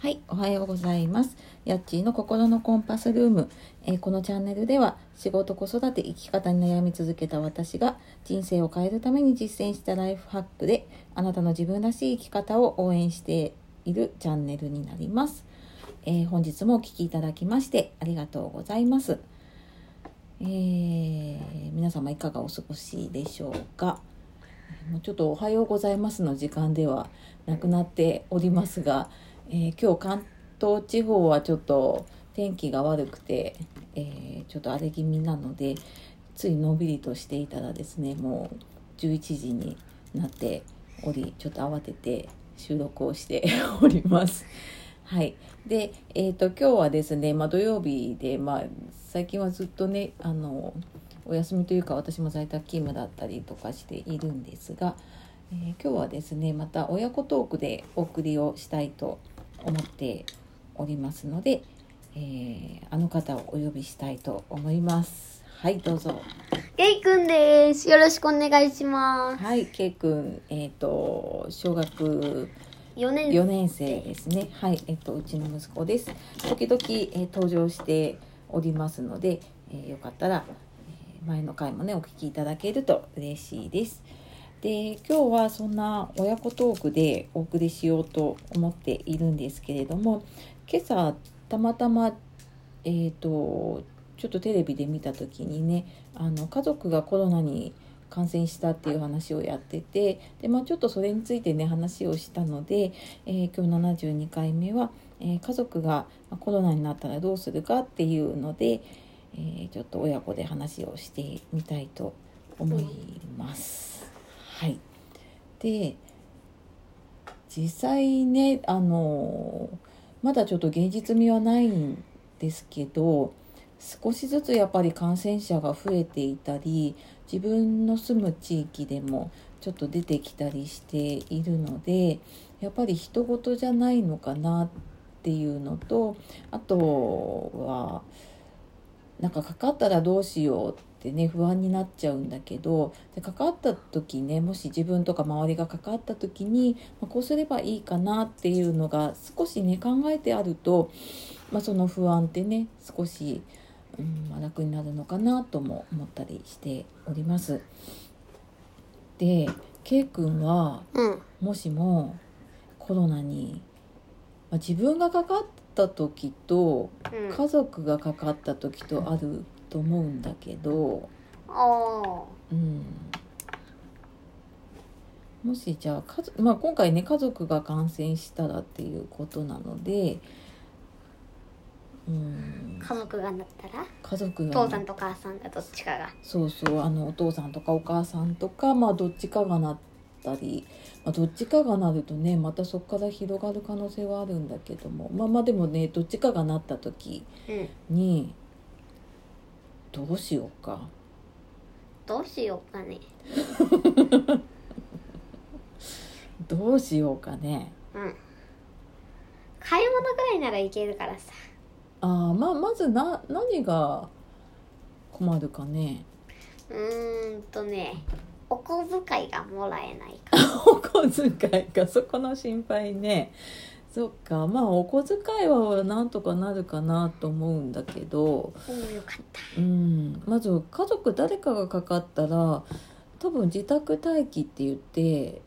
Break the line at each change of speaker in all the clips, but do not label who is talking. はい、おはようございます。やっちーの心のコンパスルーム、えーこのチャンネルでは仕事、子育て、生き方に悩み続けた私が人生を変えるために実践したライフハックであなたの自分らしい生き方を応援しているチャンネルになります。えー本日もお聴きいただきましてありがとうございます。えー皆様いかがお過ごしでしょうか。もうちょっと「おはようございます」の時間ではなくなっておりますが、えー今日関東地方はちょっと天気が悪くて、えーちょっと荒れ気味なのでついのんびりとしていたらですねもう11時になっておりちょっと慌てて収録をして おります。はい、で、えー、と今日はですね、まあ、土曜日で、まあ、最近はずっとねあのお休みというか私も在宅勤務だったりとかしているんですが、えー今日はですねまた親子トークでお送りをしたいと思っておりますので、えーあの方をお呼びしたいと思います。はいどうぞ。
ケイくんです。よろしくお願いします。
はい、けいくん、えっ、と小学
4年
4年生ですね。はい、えっ、とうちの息子です。時々、えー登場しておりますので、えーよかったら、えー前の回もねお聞きいただけると嬉しいです。で今日はそんな親子トークでお送りしようと思っているんですけれども今朝たまたまえっ、とちょっとテレビで見た時にねあの家族がコロナに感染したっていう話をやっててで、まあ、ちょっとそれについてね話をしたので、えー今日72回目は、えー家族がまあコロナになったらどうするかっていうので、えーちょっと親子で話をしてみたいと思います。はい、で実際ねあのまだちょっと現実味はないんですけど少しずつやっぱり感染者が増えていたり自分の住む地域でもちょっと出てきたりしているのでやっぱり人事じゃないのかなっていうのとあとはなんかかかったらどうしようってね不安になっちゃうんだけどでかかった時ねもし自分とか周りがかかった時に、まあこうすればいいかなっていうのが少しね考えてあると、まあ、その不安ってね少し、うんまあ楽になるのかなとも思ったりしております。で K 君は
うん。
もしもコロナに、まあ自分がかかった時と
うん、
家族がかかった時とあると思うんだけど、
あ
うん、もしじゃあ家族、まあ、今回ね家族が感染したらっていうことなので、うん
あ。、家族がなったら、
家族が
父さんと母さんがどっちかが。
そうそうあのお父さんとかお母さんとか、まあ、どっちかがなったり、まあ、どっちかがなるとねまたそこから広がる可能性はあるんだけどもまあまあでもねどっちかがなった時
うん。
にどうしようか。
どうしようかね。
どうしようかね
うん。買い物ぐらいならいけるからさ。
あーまあまずな何が困るかね
うーんとね、お小遣いがもらえない から。
お小遣いかそこの心配ねそっかまあお小遣いはなんとかなるかなと思うんだけど
おーよかった。
うんまず家族誰かがかかったら多分自宅待機って言って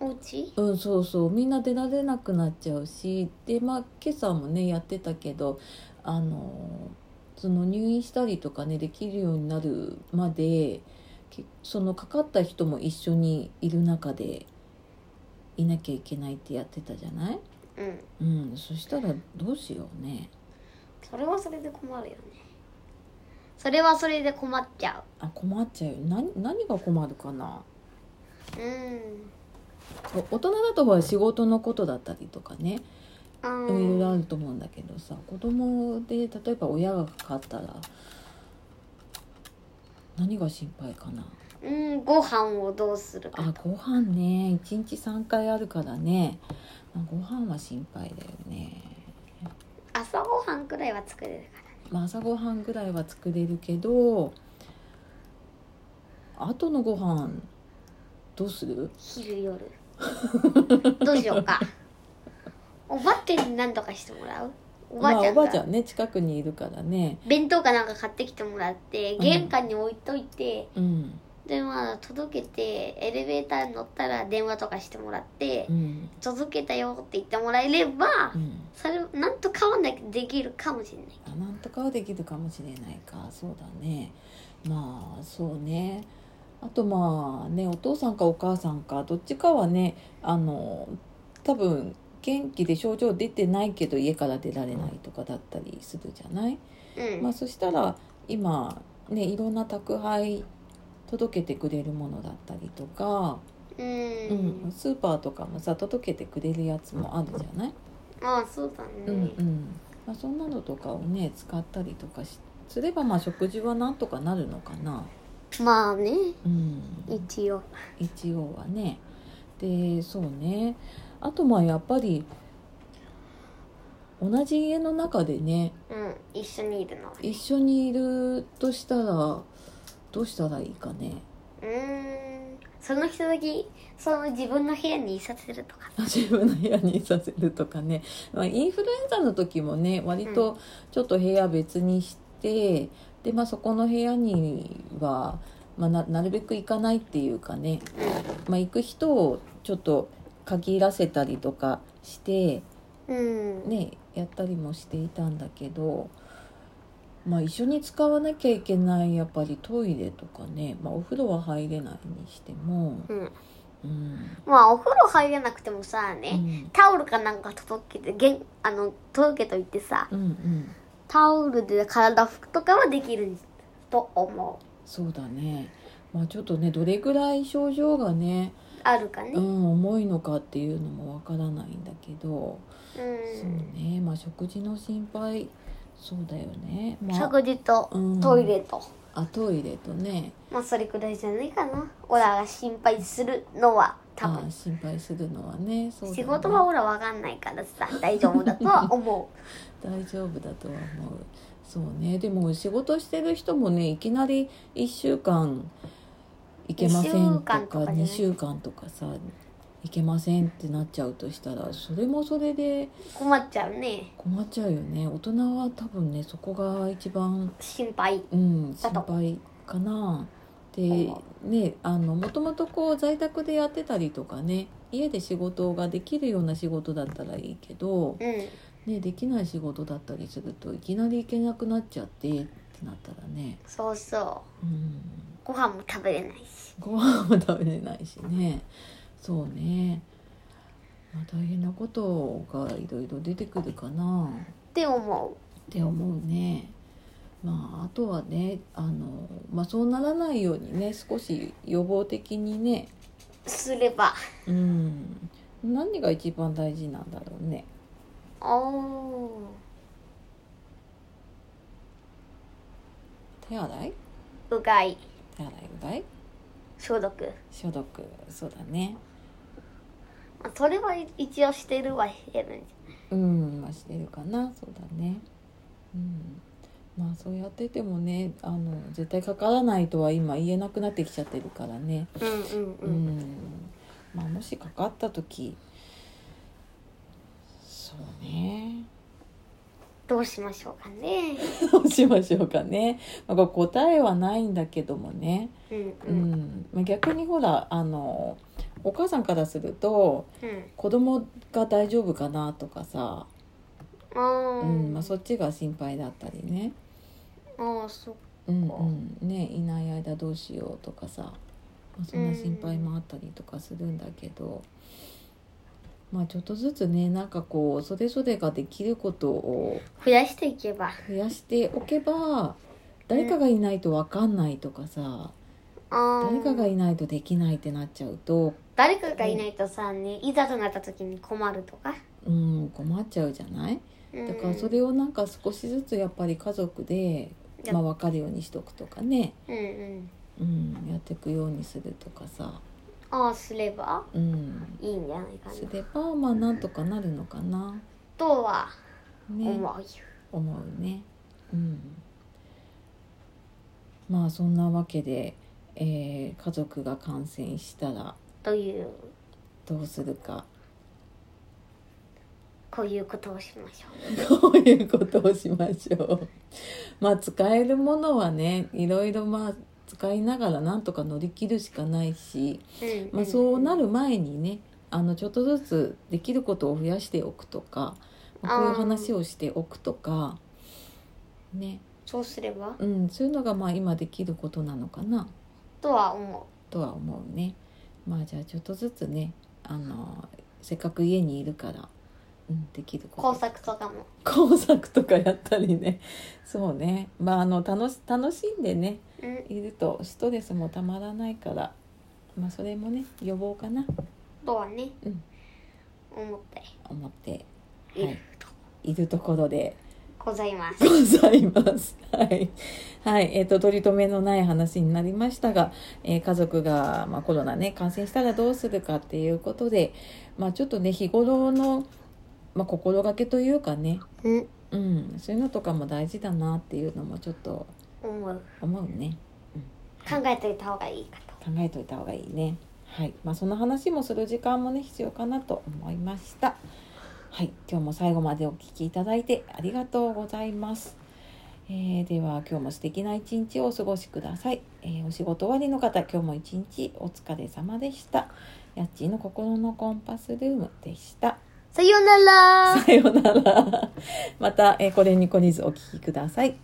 お家
うん、そうそうみんな出られなくなっちゃうしでまあ今朝もねやってたけどあのその入院したりとかねできるようになるまでけそのかかった人も一緒にいる中でいなきゃいけないってやってたじゃない、
うん。
うん、そしたらどうしようね
それはそれで困るよね。それはそれで困っちゃ
あ困っちゃうよ何何が困るかな
う。うん。
お大人だとほら仕事のことだったりとかね
あ
いろいろ
ー
あると思うんだけどさ子供で例えば親がかかったら何が心配かな
うん、ご飯をどうするか
あご飯ね1日3回あるからねあご飯は心配だよね、
朝ごはんくらいは作れるか
まあ、朝ごはんぐらいは作れるけど後のご飯どうする
ら昼夜どうしようかおばけに何とかしてもらうおば
まあ
あちゃ
お
ん
ば
が、
あちゃんね近くにいるからね
弁当かなんか買ってきてもらって
ん
玄関に置いといて、
うん
でまあ届けてエレベーターに乗ったら電話とかしてもらって、
うん
届けたよって言ってもらえれば、
うん
それなんとかはなできるかもしれない
あなんとかはできるかもしれないかそうだねまあそうねあとまあねお父さんかお母さんかどっちかはねあの多分元気で症状出てないけど家から出られないとかだったりするじゃない
うん、
まあ、そしたら今ねいろんな宅配届けてくれるものだったりとか、
う、
うんん、スーパーとかもさ届けてくれるやつもあるじゃない、
ああそうだね、
うんうんまあ、そんなのとかをね使ったりとかしすればまあ食事はなんとかなるのかな、
まあね
うん、
一応
一応はね。でそうねあとまあやっぱり同じ家の中でね
うん一緒にいるの
一緒にいるとしたらどうしたらいいかね。
うーんその人だけその自分の部屋にいさせるとか
自分の部屋にいさせるとかね、まあ、インフルエンザの時もね割
う
とちょっと部屋別にして、でまあそこの部屋には、まあ、ななるべく行かないっていうかね、まあ、行く人をちょっと限らせたりとかして
うん、
ねやったりもしていたんだけど。まあ、一緒に使わなきゃいけないやっぱりトイレとかね、まあ、お風呂は入れないにしても、
うん、
うん
まあお風呂入れなくてもさ
う
ね、
ん
タオルかなんか届けてげんあの届けといてさ
うんうん、
タオルで体拭くとかはできると思う
そうだね。まあちょっとねどれぐらい症状がね、
あるかね
う
うん、
ん、重いのかっていうのもわからないんだけど、そうねまあ食事の心配そうだよね、まあ、
食事と
うん
トイレと、
あトイレとね
まあそれくらいじゃないかなオラが心配するのは多
あ
分
心配するのはねそうだね
仕事はオラわかんないからさ大丈夫だとは思
大丈夫だとは思うそうねでも仕事してる人もねいきなり1週間行けませんとか
二週間とかじゃない
2週間とかさ行けませんってなっちゃうとしたらそれもそれで。
う 困っちゃうね
困っちゃうよね大人は多分ねそこが一番、
心配
うん、
だ
心
と
配かなで
思
ねあのもともとこう在宅でやってたりとかね家で仕事ができるような仕事だったらいいけど、
うん
ね、できない仕事だったりするといきなり行けなくなっちゃってってなったらね、
そうそ
うん、
うご飯も食べれないし
ご飯も食べれないしねそうね、まあ、大変なことがいろいろ出てくるかな。
って思
って思うね。まあ、あとはねあの、まあ、そうならないようにね少し予防的にね、
うすれば
うん、何が一番大事なんだろうね。
おお
手洗いう
がい
手洗いうがい
消毒、
消毒そうだね。
まあ、それは一応してるはしてるん
うん、まあ、してるかなそうだね。うんまあそうやっててもねあの絶対かからないとは今言えなくなってきちゃってるからね。
じゃうんう
うんんまあ、もしかかった時そうね
どうしましょうかね
どうしましょうかね、まあ、これ答えはないんだけどもね、
うん
う
うん
んまあ、逆にほらあのお母さんからすると
うん
子供が大丈夫かなとかさ、
ああ、
うんまあ、そっちが心配だったりね,、
ああそっ
うんうん、ねいない間どうしようとかさ、まあ、そんな心配もあったりとかするんだけど。まあちょっとずつねなんかこうそれぞれができることを
増やしていけば
増やしておけば誰かがいないと分かんないとかさ、
あ
誰かがいないとできないってなっちゃうと、
誰かがいないとさ、ね、いざとなった時に困るとか
うん、困っちゃうじゃないだからそれをなんか少しずつやっぱり家族で、
や
まあ、分かるようにしとくとかね、
うんうん
うん、やっていくようにするとかさ、
ああすれば
うん、
いいんじゃないかな
すればまあなんとかなるのかな。
とは
ね、
思うよ、
思うね。うん、まあそんなわけで、えー家族が感染したら
という
どうするか
こういうことをしましょう
こういうことをしましょう。 まあ使えるものはねいろいろまあ使いながらなんとか乗り切るしかないし、
うんうん。
まあ、そうなる前にねあのちょっとずつできることを増やしておくとか、まあこういう話をしておくとかね、
そうすれば
うん、そういうのがまあ今できることなのかな
とは思
とは思うね。まあじゃあちょっとずつねあのせっかく家にいるから、うん、できる
う
こと
工作とかも
工作とかやったりねそうねまああの楽し楽しんでね
うん
いるとストレスもたまらないからまあそれもね予防かな
とはね、
うん
思って
思って、はいい
る、と
いるところで
ございます。
ございます。はい。はい。えっ、と、取り留めのない話になりましたが、えー家族が、まあ、コロナね、感染したらどうするかっていうことで、まあ、ちょっとね、日頃の、まあ、心がけというかね、
うん、
うん、そういうのとかも大事だなっていうのもちょっと
思う。
思うね。
考えといた方がいいかと。
考えといた方がいいね。はい、まあその話もする時間もね必要かなと思いました。はい、今日も最後までお聞きいただいてありがとうございます。えーでは今日も素敵な一日をお過ごしください。えーお仕事終わりの方、今日も一日お疲れ様でした。やっちーの心のコンパスルームでした。
さようなら
さようなら。また、えーこれに懲りずお聞きください。